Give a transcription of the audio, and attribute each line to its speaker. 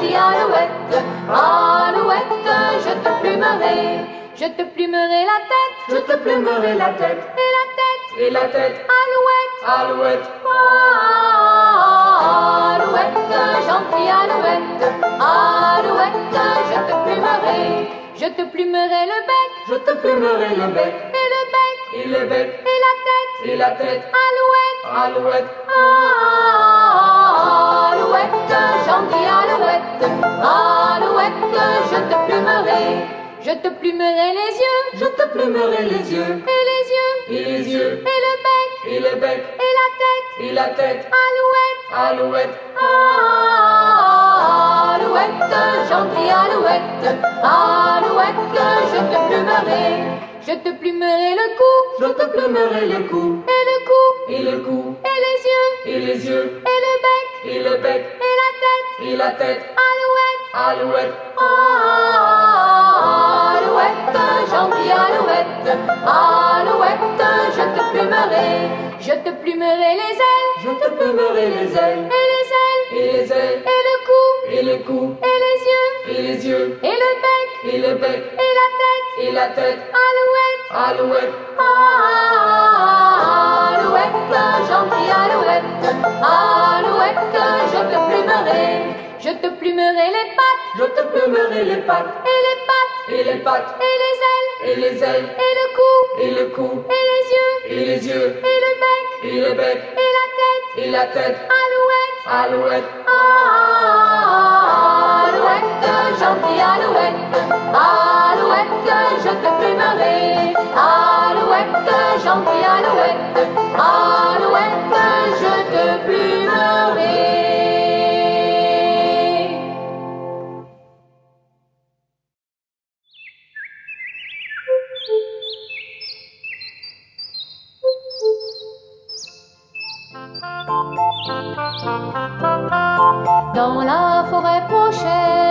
Speaker 1: dit Alouette, Alouette, je te plumerai, je te plumerai la tête,
Speaker 2: Je te plumerai la tête
Speaker 1: et la tête,
Speaker 2: et la tête.
Speaker 1: Alouette,
Speaker 2: Alouette,
Speaker 1: Alouette, gentille Alouette, Alouette, je te plumerai, je te plumerai le bec,
Speaker 2: je te plumerai le bec
Speaker 1: et le bec,
Speaker 2: et le bec
Speaker 1: et la tête,
Speaker 2: et la tête.
Speaker 1: Alouette,
Speaker 2: Alouette,
Speaker 1: Alouette, gentille Alouette, Alouette, je te plumerai, je te plumerai les yeux,
Speaker 2: je te plumerai les yeux
Speaker 1: et les yeux,
Speaker 2: et les yeux
Speaker 1: et le bec,
Speaker 2: et le bec
Speaker 1: et la tête,
Speaker 2: et la tête.
Speaker 1: Alouette,
Speaker 2: Alouette,
Speaker 1: Alouette, gentille Alouette, Alouette, je te plumerai, je te plumerai le cou,
Speaker 2: je te plumerai le cou
Speaker 1: et le cou,
Speaker 2: et le cou
Speaker 1: et les yeux,
Speaker 2: et les yeux
Speaker 1: et le bec,
Speaker 2: et le bec
Speaker 1: et la tête,
Speaker 2: et la tête.
Speaker 1: Alouette.
Speaker 2: Alouette,
Speaker 1: Alouette, gentille Alouette, Alouette, je te plumerai, je te plumerai les ailes,
Speaker 2: je te plumerai les ailes
Speaker 1: et les ailes,
Speaker 2: et les ailes
Speaker 1: et le cou,
Speaker 2: et le cou
Speaker 1: et les yeux,
Speaker 2: et les yeux
Speaker 1: et le bec,
Speaker 2: et le bec
Speaker 1: et la tête,
Speaker 2: et la tête.
Speaker 1: Alouette,
Speaker 2: Alouette,
Speaker 1: Alouette, gentille Alouette, Alouette, je te plumerai, je te plumerai les pattes,
Speaker 2: je te plumerai les pattes
Speaker 1: et les pattes,
Speaker 2: et les pattes
Speaker 1: et les ailes,
Speaker 2: et les ailes
Speaker 1: et le cou,
Speaker 2: et le cou
Speaker 1: et les yeux,
Speaker 2: et les yeux
Speaker 1: et le bec,
Speaker 2: et le bec
Speaker 1: et la tête,
Speaker 2: et la tête.
Speaker 1: Alouette,
Speaker 2: Alouette,
Speaker 1: Alouette, gentille Alouette, Alouette, je te plumerai, Alouette, gentille Alouette, Alouette, je te plumerai. Dans la forêt prochaine,